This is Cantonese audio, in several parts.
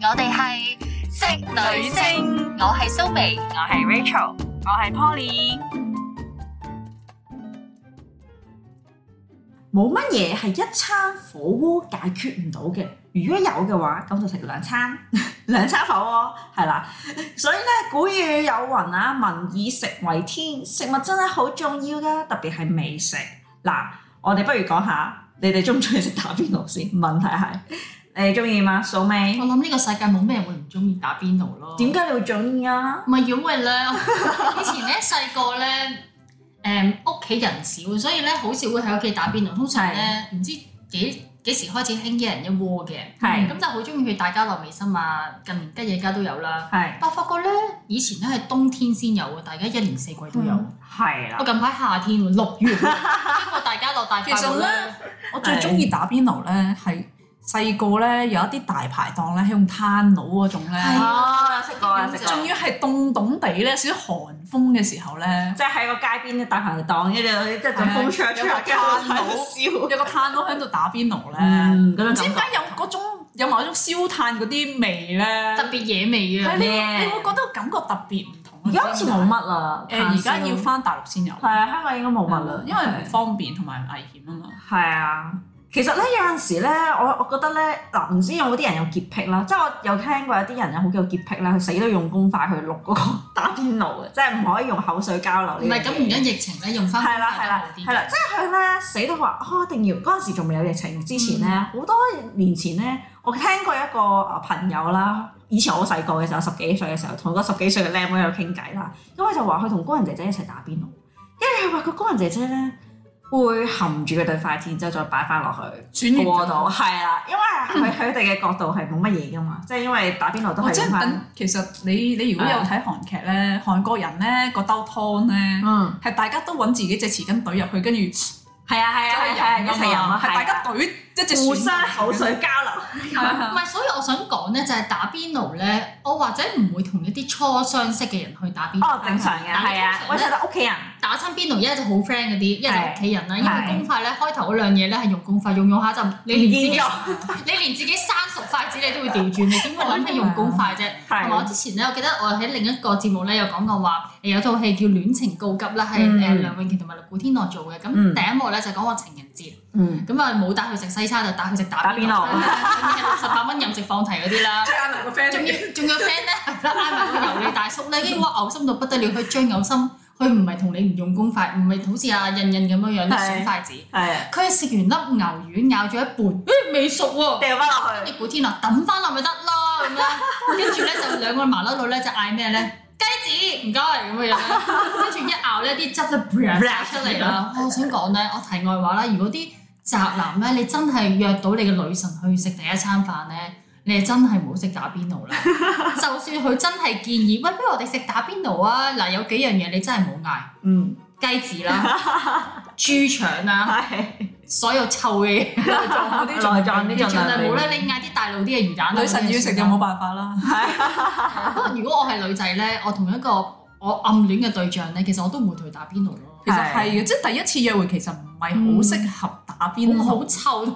我哋係職女聲我係蘇眉，我係 Rachel，我係 Poly。冇乜嘢係一餐火鍋解決唔到嘅。如果有嘅話，咁就食兩餐 兩餐火鍋係啦。所以咧，古語有云啊，民以食為天，食物真係好重要噶，特別係美食。嗱，我哋不如講下，你哋中唔中意食打邊爐先？問題係 你中意嗎？數尾我諗呢個世界冇咩人會唔中意打邊爐咯。點？解你會中意啊？唔係因為咧， 以前咧細個咧，誒屋企人少，所以咧好少會喺屋企打邊爐。通常咧唔知幾幾時開始興一人一鍋嘅，係咁就好中意去大家樂美心啊，近年吉野家都有啦。係但我發覺咧，以前咧係冬天先有嘅，但而家一年四季都有。嗯係我啦，近排夏天喎，六月喎經過大家樂大快其實活咧咧，我最中意打邊爐咧，係細個咧有一啲大排檔咧，係用炭爐嗰種係咧，哦，食過啊，食過。仲要係凍凍地咧，少少寒風嘅時候咧，即係喺個街邊嘅大排檔，跟住跟住就風吹吹，跟住喺度有燒。個炭爐喺度打邊爐咧，嗯，咁唔樣知感點覺解。有嗰種有某種燒炭嗰啲味咧，特別野味啊係。你會你 Yeah 會覺得感覺特別唔同。啊而家好似冇乜啦，誒，而家要翻大陸先有，係啊，香港應該冇乜啦，因為唔方便同埋危險啊嘛。係啊。其實咧有陣時咧，我我覺得咧嗱，唔知有冇啲人有潔癖啦，即係我有聽過有啲人有好有潔癖啦，佢死都用公筷去碌嗰個 打邊爐嘅，即係唔可以用口水交流唔呢樣係嘢。咁，而家疫情咧用翻係啦係啦嗯好啲係啦，即係佢咧死都話哦，一定要嗰陣時仲未有疫情之前咧，嗯好、多年前咧，我聽過一個啊朋友啦，以前我好細個嘅時候，十幾歲嘅時候，同個十幾歲嘅靚妹喺度傾偈啦，咁佢就話佢同工人姐姐一齊打邊爐，跟住佢話個工人姐姐咧會含住佢對筷子，然之後再擺翻落去。轉完過咗到係啦，因為佢 佢哋嘅角度係冇乜嘢噶嘛，即係因為打邊爐都我係真用哦係翻等，其實你你如果有睇韓劇咧，韓國人咧個兜湯咧嗯，係大家都揾自己隻匙羹懟入去，跟住係啊係啊係啊，一齊飲啊，係大係家啊懟一隻互選相 口水交流。係啊唔係，所以我想講咧，就係打邊爐咧，我或者唔會同一啲初相識嘅人去打邊哦爐。，正常嘅，但係啊，通我常成咧得屋企人，打親邊爐，一係就好 friend 嗰啲，一係就屋企人啦。因係為公筷咧，開頭嗰兩嘢咧係用公筷，用用下就你連自己唔見咗 你連自己生熟筷子你都會調轉，你點會諗起用公筷啫？同埋我係之前咧，我記得我喺另一個節目咧有講過話，誒有套戲叫《戀情告急》啦，係嗯誒梁詠琪同埋古天樂做嘅。咁嗯第一幕咧就講話情人節。嗯，咁啊冇帶佢食西餐，就帶佢食打邊打爐， 十八蚊任食放題嗰啲啦。加埋個仲 friend 要仲有 friend 咧， 拉埋個油膩大叔咧，跟住哇嘔心到不得了，佢將嘔心，佢唔係同你唔用公筷，唔係好似阿印印咁樣樣係選筷子，係啊佢係食完粒牛丸咬咗一半，誒未熟喎，掉翻落跟去，住古天樂抌翻落咪得咯咁啦，跟住咧就兩個麻甩佬咧就嗌咩咧？雞子唔該咁樣樣，跟住一咬咧啲汁就出嚟啦！我想講咧，我題外話啦，如果啲宅男咧，你真係約到你嘅女神去食第一餐飯咧，你係真係唔好食打邊爐啦。就算佢真係建議，喂，不如我哋食打邊爐啊！嗱，有幾樣嘢你真係唔好嗯，嗌，雞子啦、豬腸啦，係所有臭嘅嘢，嗰啲內臟呢你種盡量量冇啦。你嗌啲大路啲嘅魚蛋啊女神要食就冇辦法啦。不過如果我係女仔咧，我同一個我暗戀嘅對象咧，其實我都唔會同佢打邊爐咯。其實係嘅，即係第一次約會其實唔係好適合打邊好嗯好爐，臭，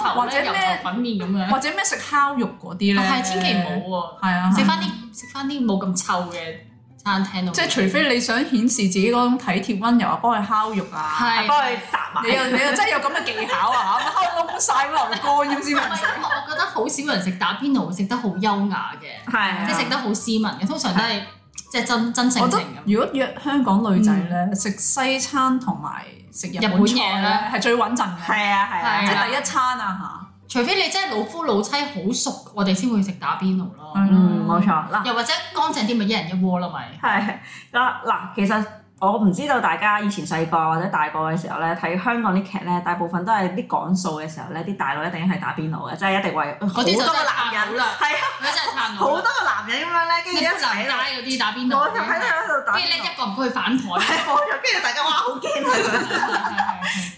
或或者油咩頭粉面咁樣，或者咩食烤肉嗰啲咧，啊係千祈唔好係啊喎，食翻啲食翻啲冇咁臭嘅餐廳度，即係除非你想顯示自己嗰種體貼温柔啊，幫佢烤肉啊，幫係。佢烚埋你，又你又真係有咁嘅技巧啊，咁烤窿晒流乾咁先啊唔係因為我覺得好少人食打邊爐會食得好優雅嘅，係即係食得好斯文嘅，通常都係即係真真性我覺情得咁。如果約香港女仔咧，嗯食西餐同埋食日本菜咧係最穩陣嘅，係啊係啊，即即係係第一餐啊除非你真係老夫老妻好熟，我哋先會食打邊爐咯嚇。。係嗯咯冇錯嗱。又或者乾淨啲咪一人一鍋啦咪。係嗱嗱，其實我唔知道大家以前細個或者大個嘅時候咧，睇香港啲劇咧，大部分都係啲講數嘅時候咧，啲大佬一定係打邊爐嘅，即係一定為好嗰多啲就真個係太男好人，啦，係啊，嗰啲真係太好好啊多啦。個男人咁樣咧，跟一住就一齊係喺拉嗰啲打邊度，爐我就喺度嘅，喺度打跟住咧邊一個唔該去反台。爐，啊 係冇錯，跟住大家哇好驚啊！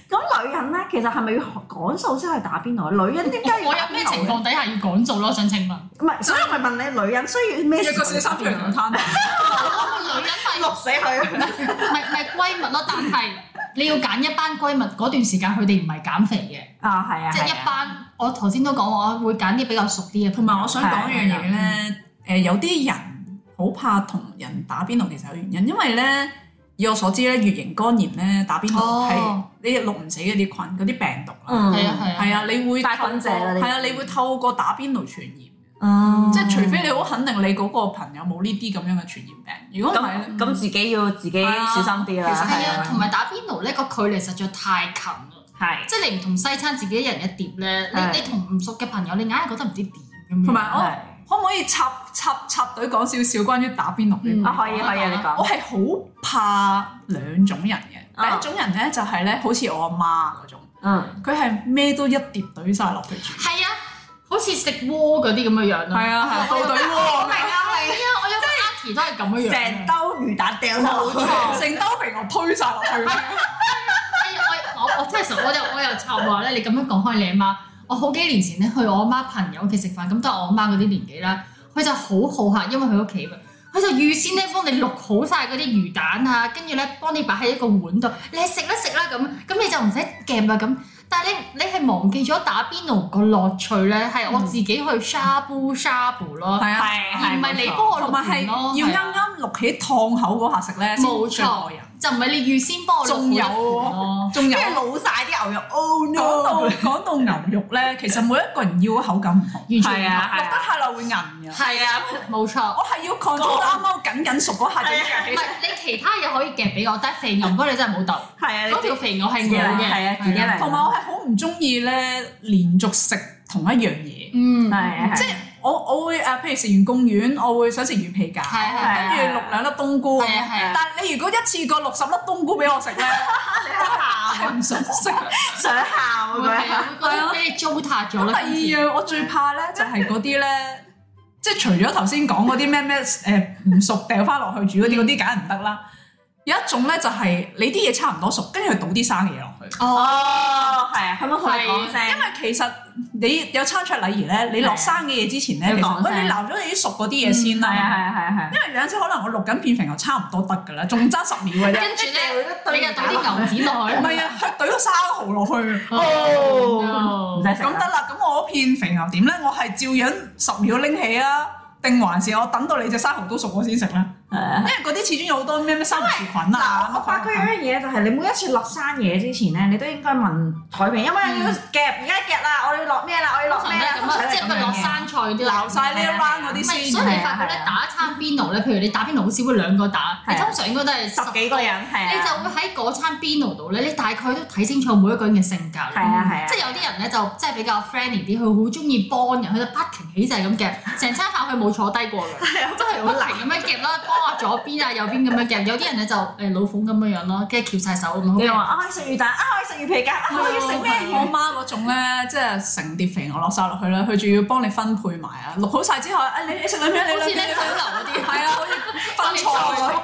咁女人咧，其實係咪要學講數先可以打邊爐？女人點解要我打有邊咩爐情咧？況底下要講做咯？想請問，唔係，所以我咪問你，女人需要咩？約個小三長兩攤，女人咪碌死佢。咪咪閨蜜咯，但係你要揀一班閨蜜嗰段時間，佢哋唔係減肥啊，係啊，嘅，即係係啊一班。我頭先都講話，我會揀啲比較熟啲嘅。同埋我想講一樣嘢啊咧，誒有啲人好怕同人打邊爐，其實有原因，因為咧以我所知咧，乙型肝炎咧打邊爐係哦你錄唔死嗰啲菌嗰啲病毒啦，嗯，係啊係啊，係啊，你會帶菌透過者啦呢啲係啊，你會透過打邊爐傳染，嗯，即係除非你好肯定你嗰個朋友冇呢啲咁樣嘅傳染病，如果唔係咁咁自己要自己係啊小心啲啦，其實係係啊，啊同埋打邊爐咧個距離實在太近啦。係即係你唔同西餐自己一人一碟咧，係你你同唔熟嘅朋友，你硬係覺得唔知點咁嗯樣。同埋我係可唔可以插插插隊講少少關於打邊爐呢個嗯啊，可以可以，你我講係好怕兩種人嘅，啊第一種人咧就係咧，好似我阿媽嗰種，嗯。佢係咩都一碟懟晒落去煮，係啊，好似食鍋嗰啲咁嘅樣啦。係啊係啊，倒我有懟我鍋明啊，係啊，我有個 party 都係咁嘅樣。成兜魚蛋掉晒落去，咁樣，成兜肥牛推晒落去，係啊我我我真係我又我又插話咧，你咁樣講開你阿媽，我好幾年前咧去我阿媽朋友屋企食飯，咁都係我阿媽嗰啲年紀啦，佢就好好客，因為佢屋企嘛。佢就預先咧幫你淥好晒嗰啲魚蛋啊，跟住咧幫你擺喺一個碗度，你食啦食啦咁，咁你就唔使夾啦咁。但係你你係忘記咗打邊爐個樂趣咧，係我自己去 shabu shabu 咯，嗯係啊，係而唔係你冇錯幫我同埋係淥咯，要係啱啊啱淥起燙口嗰下食咧，先冇最過錯癮。，就唔係你預先幫我淥仲有好一盤咯，仲有跟住冇晒啲牛肉，oh 講到 no！講到牛肉咧，其實每一個人要嘅口感唔同，完全唔係啊同落得太耐會韌嘅。係啊，冇錯。我係要 control 啱啱緊緊熟嗰下就係啊唔係你其他嘢可以夾俾我，但係肥牛唔該你真係冇鬥。係啊，你嗰條肥牛係自己我嚟嘅，係啊自己嚟同埋我係好唔中意咧，連續食同一樣嘢。嗯，係即係我我會誒，譬如食完公園，我會想食魚皮餃，係係係跟住淥兩粒冬菇。係啊係啊但係你如果一次過六十粒冬菇俾我 食咧，我係唔想食。想喊會咁係樣，啊會覺得俾你糟蹋咗啦。第二樣我最怕咧就係嗰啲咧，即係除咗頭先講嗰啲咩咩誒唔熟掉翻落去煮嗰啲，嗰啲梗係唔得啦。有一種咧就係你啲嘢差唔多熟，跟住佢倒啲生嘢落去。哦，哦，係啊，咁樣可以講聲因，為其實你有餐桌禮儀咧，你落生嘅嘢之前咧，啊要其講實聲喂你鬧咗你啲熟嗰啲嘢先係啊，係啦。啊，係啊，係啊。因為兩隻可能我錄緊片肥牛差唔多得 㗎啦，仲爭十秒嘅啊啫。跟住咧你又倒啲牛子落去，唔係啊，佢懟咗生蠔落去。唔哦使食啊咁得啦，啦，咁我片肥牛點咧？我係照樣十秒拎起啊，定還是我等到你隻生蠔都熟我先食咧？係啊因為嗰啲始終有好多咩咩生蠔菌啊。我發覺有乜鬼一樣嘢就係你每一次落生嘢之前咧，你都應該問台面，因為要夾，而家夾啦，我要落咩啦，我要嗯通落咩啦，常都係咁啊，即係咪落生菜啲鬧晒呢一 round 嗰唔啲係，先。所以你發覺咧打一餐邊爐咧，譬如你打邊爐好少會兩個打，係啊你通常應該都係十幾個人係你就啊，會喺嗰餐邊爐度咧，你大概都睇清楚每一個人嘅性格啦。係啊係啊嗯即係有啲人咧就即係比較 friendly 啲，佢好中意幫人，佢就不停起就係咁夾，成餐飯佢冇坐低過嘅，即係不停咁樣夾啦，幫下左邊啊右邊咁樣夾。有啲人咧就誒老鳳咁樣樣咯，跟住翹晒手咁樣。你又話啊，我要食魚蛋，啊，我要食魚皮餃，嗯啊，我要食咩魚？我媽嗰種咧，即係成碟肥牛落晒落去啦，佢仲要幫你分配埋啊，錄好晒之後，啊你你食兩片，你好兩似咧片，酒樓嗰啲係啊，好似分菜咁。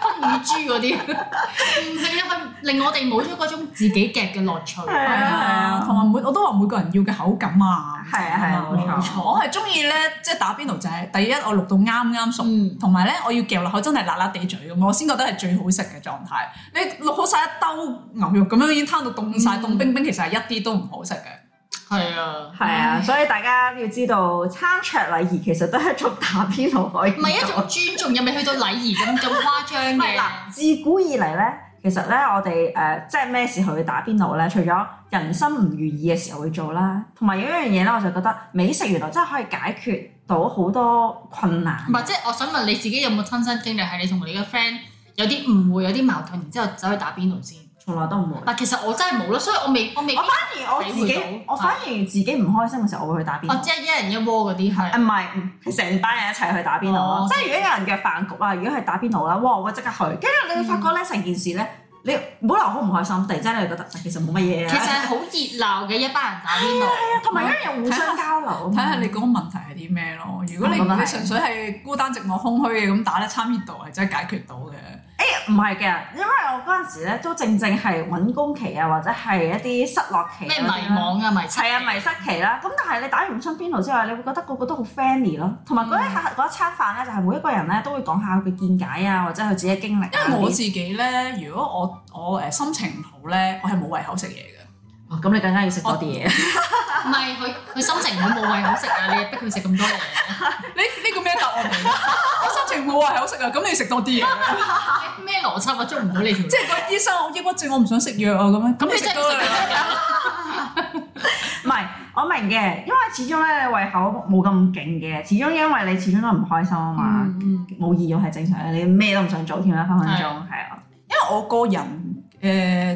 分乳豬嗰啲， 嗯令佢令我哋冇咗嗰種自己夾嘅樂趣。係啊係啊，同埋每我都話每個人要嘅口感啊。係啊係啊，冇錯。我係中意咧，即係打邊爐就係第一，我錄到啱啱熟嗯，同埋咧我要嚼落口真係辣辣地嘴咁，我先覺得係最好食嘅狀態。你錄好晒一兜牛肉咁樣已經攤到凍晒，嗯凍冰冰，其實係一啲都唔好食嘅。係啊，係啊，所以大家要知道餐桌禮儀其實都係一種打邊爐可以唔係一啊種尊重，又未去到禮儀咁咁誇張唔係嘅。嗱，自古以嚟咧，其實咧我哋誒、呃即係咩時候去打邊爐咧？除咗人生唔如意嘅時候會做啦，同埋有一樣嘢咧，我就覺得美食原來真係可以解決到好多困難。唔係，即係我想問你自己有冇親身經歷係你同你嘅 friend 有啲誤會、有啲矛盾，然之後走去打邊爐先？從來都唔會。嗱，其實我真係冇啦，所以我未我未哦我反而我自體己會到，我反而自己唔開心嘅時候，我會去打邊我爐。即係一人一鍋嗰啲啊係。唔係，嗯成班人一齊去打邊爐咯。哦即係如果有人嘅飯局啦，啊如果係打邊爐啦，哇！我會即刻去。跟住你會發覺咧，成件事咧，你本來好唔開心，突然之間你會覺得其實冇乜嘢啊。啊其實係好熱鬧嘅一班人打邊爐，同埋一樣嘢互相交流啊嘛睇下你嗰個問題係啲咩啊咯。如果你我覺得係啊你純粹係孤單寂寞空虛嘅咁打咧，參熱度係真係解決到嘅。唔係嘅，因為我嗰陣時咧都正正係揾工期啊，或者係一啲失落期嗰咩啲迷啦惘啊，迷失係啊，迷失期啦。咁但係你打完春邊爐之後，你會覺得個個都好 friendly 咯。同埋嗰一下嗰一餐飯咧，就係每一個人咧都會講下佢嘅見解啊，或者佢自己嘅經歷啊。因為我自己咧，如果我我誒心情唔好咧，我係冇胃口食嘢嘅。哦咁，你更加要食多啲嘢。唔係佢佢心情好冇胃口食啊！你逼佢食咁多嘢，你呢個咩答案嚟 㗎？我心情冇胃口食啊，咁你食多啲嘢啊。咩邏輯啊？捉唔到你條路。即係個醫生，我抑鬱症，我唔想食藥啊，咁樣。咁咁你你食真係多啊食啦。嘅，唔係，我明嘅，因為始終咧你胃口冇咁勁嘅，始終因為你始終都唔開心啊嘛，嗯冇意欲係正常嘅，你咩都唔想做添啦，分分鐘係啊。因為我個人誒、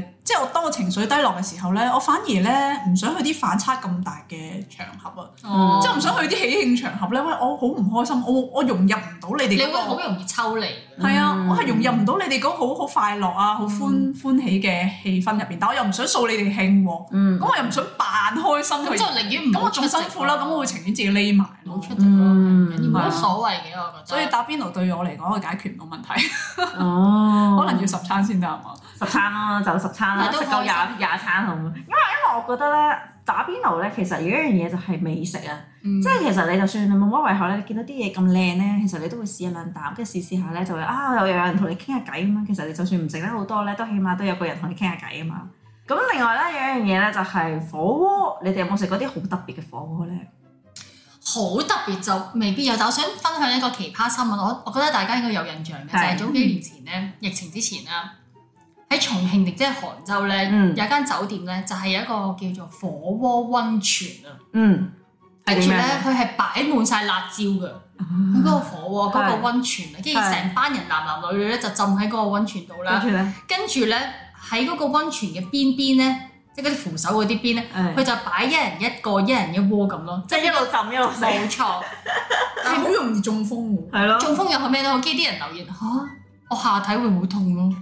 呃即係我當我情緒低落嘅時候咧，我反而咧唔想去啲反差咁大嘅場合啊，哦即係唔想去啲喜慶場合咧，因為我好唔開心，我我融入唔到你你哋會嗰、好個。容易抽離嘅。係啊，嗯我係融入唔到你哋嗰個好好快樂啊、好歡歡喜嘅氣氛入邊，但我又唔想掃你哋興喎，嗯咁我又唔想扮開心咁去就，寧願唔咁好啊我仲辛苦啦，咁我會情願自己匿埋唔咯好啊出。席咯，嗯冇乜所謂嘅，我覺得。所以打邊爐對我嚟講，我解決唔到問題，哦可能要十餐先得係嘛？十餐啦，就十餐啦，但都食夠開心廿廿餐好唔好？因為因為我覺得咧打邊爐咧，其實有一樣嘢就係美食啊，嗯即係其實你就算你冇乜胃口咧，你見到啲嘢咁靚咧，其實你都會試一兩啖，跟住試試下咧就會啊又有人同你傾下偈咁樣。其實你就算唔食得好多咧，都起碼都有個人同你傾下偈啊嘛。咁另外咧有一樣嘢咧就係火鍋，你哋有冇食過啲好特別嘅火鍋咧？好特別就未必有，但我想分享一個奇葩新聞，我我覺得大家應該有印象嘅，就係係早幾年前咧，疫情之前啦，喺重慶定即係杭州咧，嗯有一間酒店咧，就係有一個叫做火鍋温泉啊，嗯，係跟住點樣啊咧嘅佢係擺滿晒辣椒嘅，啊佢嗰個火鍋嗰係個温泉啊，跟住嗯係嗯成班人男男女女咧就浸喺嗰個温泉度跟啦住，咧，跟住咧喺嗰個温泉嘅邊邊咧，即係嗰啲扶手嗰啲邊咧，佢誒就擺一人一個，一人一鍋咁咯，嗯即係一路浸一路食，冇錯。但係好容易中風喎。係咯，中風又係咩都好，跟住啲人留言吓，我下體會唔會痛咯？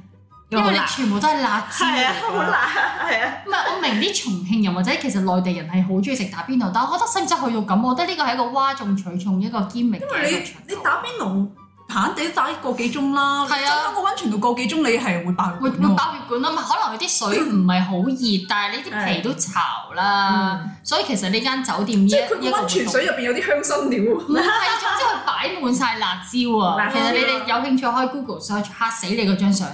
因為你全部都係辣椒係啊，嚟好㗎。辣，係啊，唔係我明啲重慶人或者其實內地人係好中意食打邊爐，但我覺得使唔使去到咁？我覺得呢個係一個嘩眾取寵一個堅明因為嘅你你打邊爐閒地打一個幾鐘啦，係啊浸喺個温泉度個幾鐘，你係會爆會血管喎。會爆血管啊嘛，可能佢啲水唔係好熱，但係你啲皮都潮啦，所以其實呢間酒店呢嗯即係佢一個温泉水入邊有啲香辛料喎。唔係，總之佢擺滿晒辣椒辣 啊！椒其實你哋有興趣可以 Google search 嚇死你嗰張相，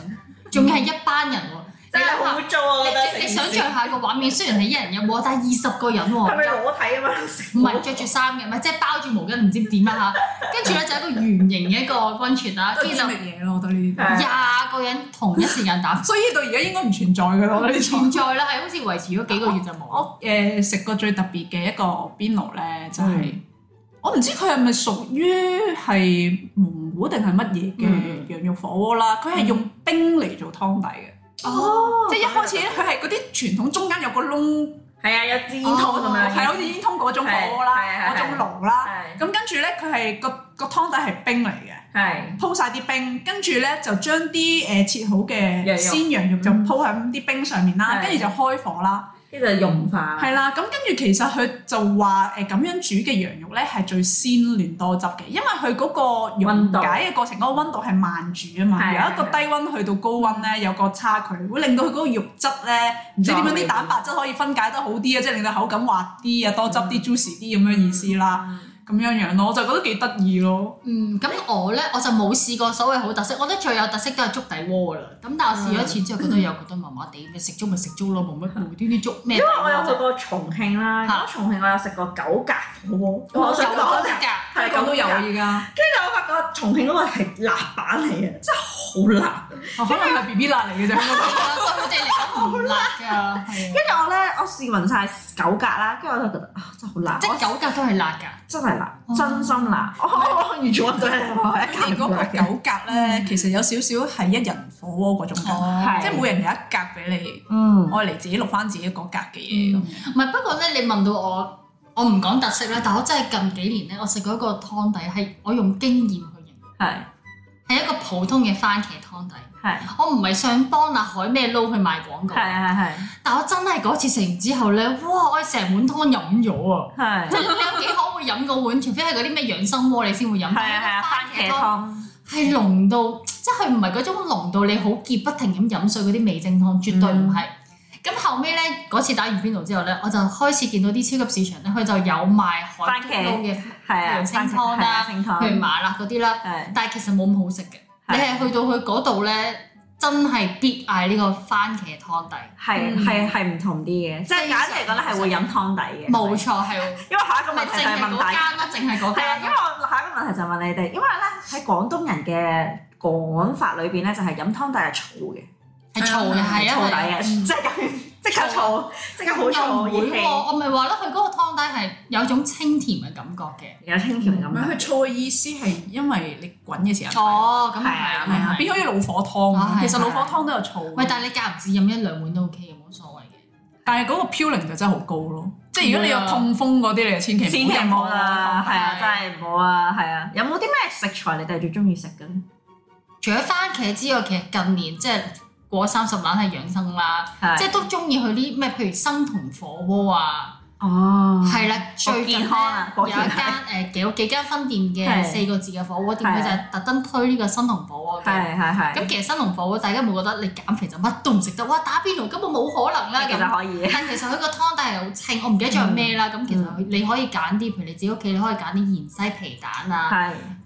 仲要係一班人喎，真你諗係下好糟啊！我覺得你你想象下個畫面，雖然係一人一鍋，但係二十個人係咪喎，裸體啊咁樣食唔火鍋？係着住衫嘅，唔係即係包住毛巾，唔知點啦 嚇。跟住咧就係一個圓形嘅一個温泉啦，都跟係住啲就乜嘢咯？我覺得呢係啲，廿個人同一時 間打所以到而家應該唔存在㗎啦。我覺得呢種存在啦，係好似維持咗幾個月就冇。 我誒呃食過最特別嘅一個邊爐咧，就係、嗯我唔知佢係咪屬於係蒙古定係乜嘢嗯嘅羊肉火鍋啦，佢係用冰嚟做湯底嘅，哦即係一開始咧佢係嗰啲傳統中間有個窿，係啊，有煙哦筒咁樣，係好似煙通嗰種火鍋係啦，係係嗰種爐啦。咁係跟住咧，佢係個個湯底係冰嚟嘅，係鋪晒啲冰，跟住咧就將啲誒切好羊肉嗯嘅鮮羊肉就鋪喺啲冰上面啦，係跟住就開火啦，呢就融化係啦，咁跟住其實佢就話誒咁樣煮嘅羊肉咧係最鮮嫩多汁嘅，因為佢嗰個溶解嘅過程嗰個温度係慢煮啊嘛，係由一個低温去到高温咧有個差距，會令到佢嗰個肉質咧唔知點樣啲蛋白質可以分解得好啲啊，即係令到口感滑啲啊，多汁啲 juicy 啲咁樣意思啦。嗯咁樣樣咯，我就覺得幾得意咯。嗯，咁我咧我就冇試過所謂好特色，我覺得最有特色都係粥底鍋噶啦。咁但係嗯我試咗一次之後，覺得又覺得麻麻地，咪食粥咪食粥咯，冇乜無端端粥咩因底為鍋。我有食過重慶啦，嚇哦咁重慶我有食過九格火鍋，我我有想講講㗎。係咁都有。跟住而 家，我發覺重慶嗰個係辣版嚟嘅，真係好辣。可能 係 B B 辣嚟嘅啫。我哋嚟講唔辣㗎，係啊跟住我咧，我試勻晒九格啦，跟住我就覺得啊，真係好辣，即係我九格都係辣㗎。真係辣，哦真心辣。我我完全揾唔到你佢哋嗰個九格嗯咧，其實有少少係一人火鍋嗰種感哦覺，即係每人有一格俾你，嗯愛嚟自己錄翻自己嗰格嘅嘢咁樣。唔係不過咧，你問到我，我唔講特色啦，但我真係近幾年咧，我食過一個湯底係我用經驗去形容，係係一個普通嘅番茄湯底。係我唔係想幫阿海咩撈去賣廣告，係係但我真係嗰次食完之後咧，哇！我係成碗湯飲咗 啊！係即係係你有幾可會啊飲嗰碗，除非係嗰啲咩養生鍋你先會飲。係啊係啊，番茄湯係濃到即係佢唔係嗰種濃到你好澀不停咁飲水嗰啲味精湯，絕對嗯唔係。咁、後尾咧，嗰次打完邊爐之後咧，我就開始見到啲超級市場咧，佢就有賣海番底茄撈嘅，係啊，洋青湯係啦啊，清譬如湯，麻辣嗰啲啦，係但係其實冇咁好食嘅。你係去到佢嗰度咧，真係必嗌呢個番茄湯底，係係係唔同啲嘅，即係非簡常單嚟講咧係會飲湯底嘅。冇錯係，因為下一個咪問題就係淨係問嗰大家。間咯，淨係嗰係啊，間因為咯。我下一個問題就問你哋，因為咧喺廣東人嘅講法裏邊咧，就係飲湯底係燥嘅，係嘈嘅，係啊，嗯燥底係嘅，啊即係飲完即刻燥，即刻好燥又唔熱會氣，喎，我咪話咯，佢嗰個湯底係有種清甜嘅感覺嘅。有清甜唔係嗯感。佢燥嘅意思係因為你滾嘅時候，哦，咁係係啊係啊，哦啊，變咗啲老火湯啊咁。係其實老火湯都有燥啊喂，嘅，但係你間唔時飲一兩碗都 OK 嘅，冇所謂嘅。但係嗰個嘌呤就真係好高咯。即係如果你有會啊痛風嗰啲，你就千祈千唔好祈飲唔好咯啦，係啊，係真係唔好啊，係啊。有冇啲咩食材你哋係最中意食嘅咧？除咗番茄之外，其實近年即係過三十攬係養生啦，係即係都中意去啲咩，譬如生酮火鍋啊，哦係啦，最近健咧康啊有果一然間係誒幾幾間分店嘅係四個字嘅火鍋店，係佢就係特登推呢個生酮火鍋嘅。係係係，咁其實生酮火鍋，大家冇覺得你減肥就乜都唔食得，哇打邊爐根本冇可能啦其咁實。可以，但其實佢個湯底係好清，我唔記得咗係咩啦。咁其實嗯佢你可以揀啲，譬如你自己屋企你可以揀啲芫茜皮蛋啊，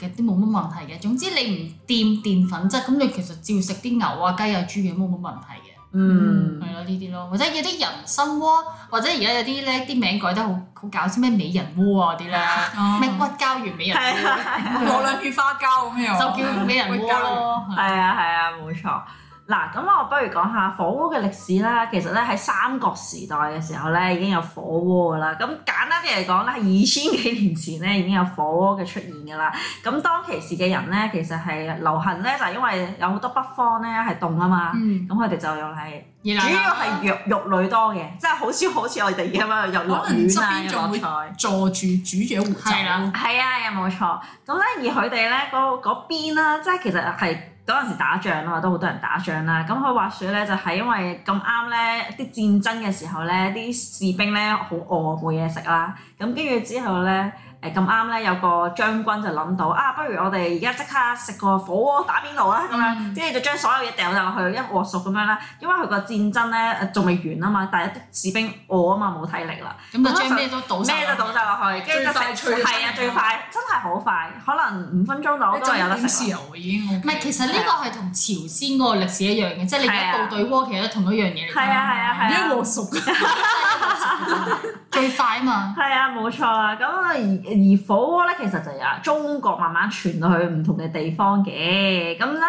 係嘅啲冇乜問題嘅。總之你唔掂澱粉質，咁你其實照食啲牛啊、雞啊、豬嘅冇乜問題嘅。嗯係咯，呢啲咯，或者有啲人參鍋，或者而家有啲咧啲名改得好好搞笑，咩美人鍋啊嗰啲 咧，哦咩骨膠原美人鍋，係啊。攞兩片花膠咁就樣，叫美人鍋咯。係係啊係啊，冇錯。嗱，咁我不如講下火鍋嘅歷史啦。其實咧喺三國時代嘅時候咧已經有火鍋噶啦。咁簡單啲嚟講咧，喺二千幾年前咧已經有火鍋嘅出現噶啦。咁當其時嘅人咧，其實係流行咧，就係因為有好多北方咧係凍啊嘛。嗯，啊咁佢哋就用係主主要係肉肉類多嘅，即係好少好似我哋咁樣有肉可能側丸啊，邊有仲會落菜。坐住煮咗壺係啦酒。係啊，係啊，冇錯。咁咧，而佢哋咧嗰嗰邊啦，即係其實係嗰陣時打仗啊嘛，都好多人打仗啦。咁佢滑雪咧就係因為咁啱咧啲戰爭嘅時候咧，啲士兵咧好餓冇嘢食啦。咁跟住之後咧，誒咁啱咧有個將軍就諗到啊，不如我哋而家即刻食個火鍋打邊爐啦啊咁樣，嗯跟住就將所有嘢掉晒落去一鍋熟咁樣啦。因為佢個戰爭咧誒仲未完啊嘛，但係啲士兵餓啊嘛，冇體力啦。咁就將咩都倒嗯晒咩都倒晒落去，跟住就食最快脆係啊，最快真係好快，可能五分鐘到你都係有真得點豉食啦。油已經 OK 唔係，其實呢個係同朝鮮嗰個歷史一樣嘅，即係你而係啊家部隊鍋其實都同一樣嘢嚟㗎嘛。係啊係啊係啊一鑊熟嘅， 最快啊嘛！係啊，冇錯啦。咁啊，而而火鍋咧，其實就由啊中國慢慢傳到去唔同嘅地方嘅。咁咧，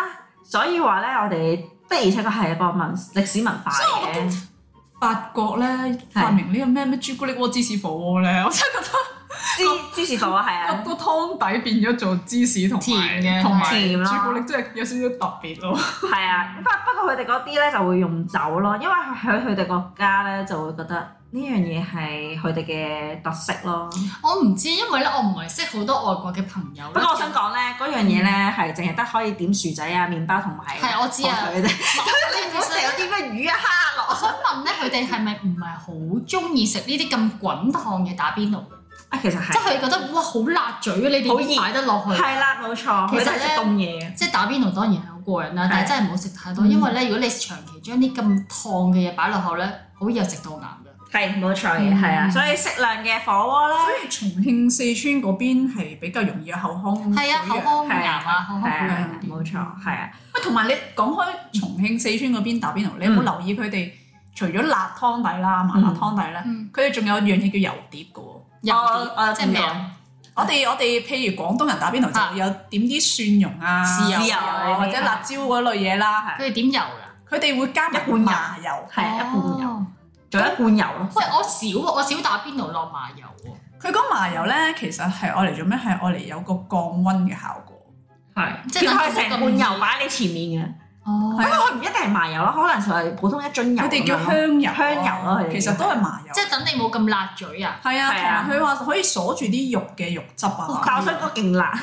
所以話咧，我哋的而且確係一個文歷史文化嚟嘅。 法國咧發明呢個咩咩朱古力鍋芝士火鍋咧，我真係覺芝芝士火鍋係得啊，個湯底變咗做芝士同埋甜嘅同埋甜啦朱古力，真係有少少特別 咯。係啊。不不過佢哋嗰啲咧就會用酒咯，因為喺佢哋國家咧就會覺得呢樣嘢係佢哋嘅特色咯。我唔知，因為咧我唔係識好多外國嘅朋友啦。不過我想講咧，嗰樣嘢咧係淨係得可以點薯仔啊、麵包同埋係我知啊火腿嘅啫。唔你好成有啲咩魚啊、蝦我落。想問咧，佢哋係咪唔係好中意食呢啲咁滾燙嘅打邊爐？啊，其實係即係佢哋覺得哇好辣嘴啊！你好哋熱點擺得落去？係啦，冇錯，其佢哋實係食咧凍嘢嘅。即係打邊爐當然係好過癮啦，但係嗯係真係唔好食太多，因為咧如果你長期將啲咁燙嘅嘢擺落口咧，好易有食道癌㗎。係冇錯嗯所以適量嘅火鍋所咧，以重慶四川嗰邊係比較容易有口腔係啊，潰瘍口腔癌啊，口嗯腔係潰瘍啊啊，。冇錯，係啊，喂，同埋你講開重慶四川嗰邊打邊爐，你有冇留意佢哋除咗辣湯底啦、麻辣湯底咧，嗯，佢哋仲有樣嘢叫油碟嘅喎。有啊我我有啲即係咩見過啊？我哋我哋譬如廣東人打邊爐就啊會有點啲蒜蓉啊、豉油啊啊或者辣椒嗰類嘢啦，佢哋點油㗎？係佢哋會加埋一罐油麻油。係啊一罐油，哦仲有一罐油咯。喂，我少啊，我少打邊爐落麻油喎。佢嗰麻油咧，其實係愛嚟做咩？係愛嚟有個降温嘅效果。係即即係係佢等佢成咁罐油擺喺你前面嘅。哦不過佢唔一定係麻油咯，可能就係普通一樽油咁樣佢咯。哋叫香油啊，香油咯佢哋其實都係麻油。即係等你冇咁辣嘴啊！係啊，係同啊埋佢話可以鎖住啲肉嘅肉汁啊。但我想講勁辣，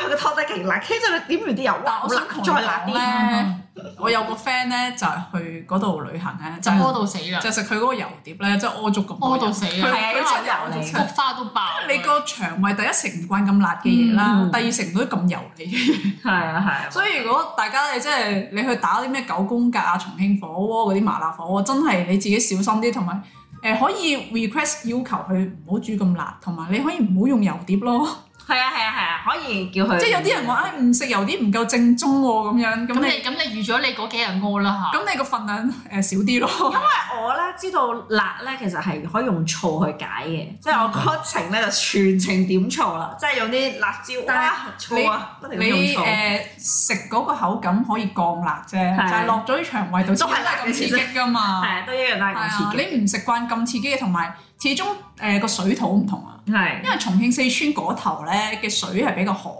因為佢個湯底勁辣，跟住佢點完啲油，但哇我好想辣同你再辣講啲。咧，我有個 friend 咧就係去嗰度旅行咧，就就屙係到死啦，嗯就食佢嗰個油碟咧，即係屙足咁多屙到油死佢啦，係啊，要出油菊嚟。花都爆。 你個腸胃第一食唔慣咁辣嘅嘢啦嗯，第二食唔到咁油膩嘅嘢。係啊係啊，所以如果大家你即係你去打啲咩九宮格啊、重慶火鍋嗰啲麻辣火鍋，真係你自己小心啲，同埋誒可以 request 要求佢唔好煮咁辣，同埋你可以唔好用油碟 咯。係啊係啊係啊，可以叫佢即係有啲人話唉唔食油碟唔夠正宗喎咁樣，咁咁你你咁你預咗你嗰幾日屙啦嚇，咁你個份量 誒少啲咯。我咧知道辣咧，其實係可以用醋去解嘅，即係我嗰程咧就全程點醋啦，即係用啲辣椒嗯但係哇醋啊，不停你 咁用醋，誒食嗰個口感可以降辣啫，係就係落咗啲腸胃度，都始係終辣嘅咁刺激㗎係嘛。啊都一樣係啦啊咁，刺激，你唔食慣咁刺激嘅，同埋始終誒個水土唔同啊。係因為重慶四川嗰頭咧嘅水係比較寒，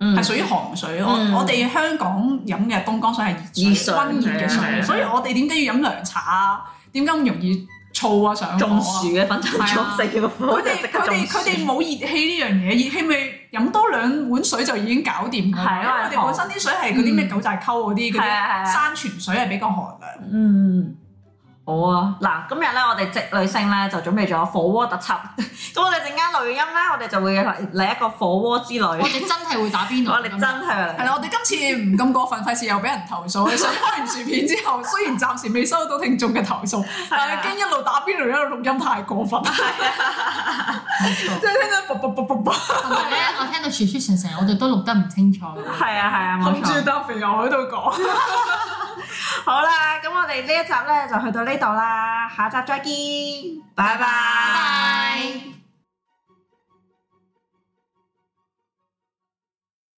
嗯係屬於寒水。嗯我我哋香港飲嘅東江水係熱熱水水，温熱嘅係啊係啊水，所以我哋點解要飲涼茶啊？點解咁容易燥啊上火中啊暑？嘅分分鐘係啊食個佢火就哋即佢刻中哋佢哋暑。冇熱氣呢樣嘢，熱氣咪飲多兩碗水就已經搞掂㗎係啊啦。因為佢哋本身啲水係嗰啲咩九寨溝嗰啲嗰係啊係啊啲山泉水係比較寒涼。嗯，好啊！嗱，今日咧我哋直女星咧就準備咗火鍋特輯， 咁我哋陣間錄音咧，我哋就會嚟一個火鍋之我旅，哋真係會打邊爐。我哋真係係啦，我哋今次唔咁過分，費事又俾人投訴。所以開完薯片之後，雖然暫時未收到聽眾嘅投訴，但啊係驚一路打邊爐一路錄音太過 分，即係聽到卜卜卜卜同埋咧，我聽到傳説成成，我哋都錄得唔清楚。係啊係啊，冇冚錯。住搭肥牛喺度講。好啦，咁我哋呢一集咧就去到呢度啦，下集再見，拜拜。拜。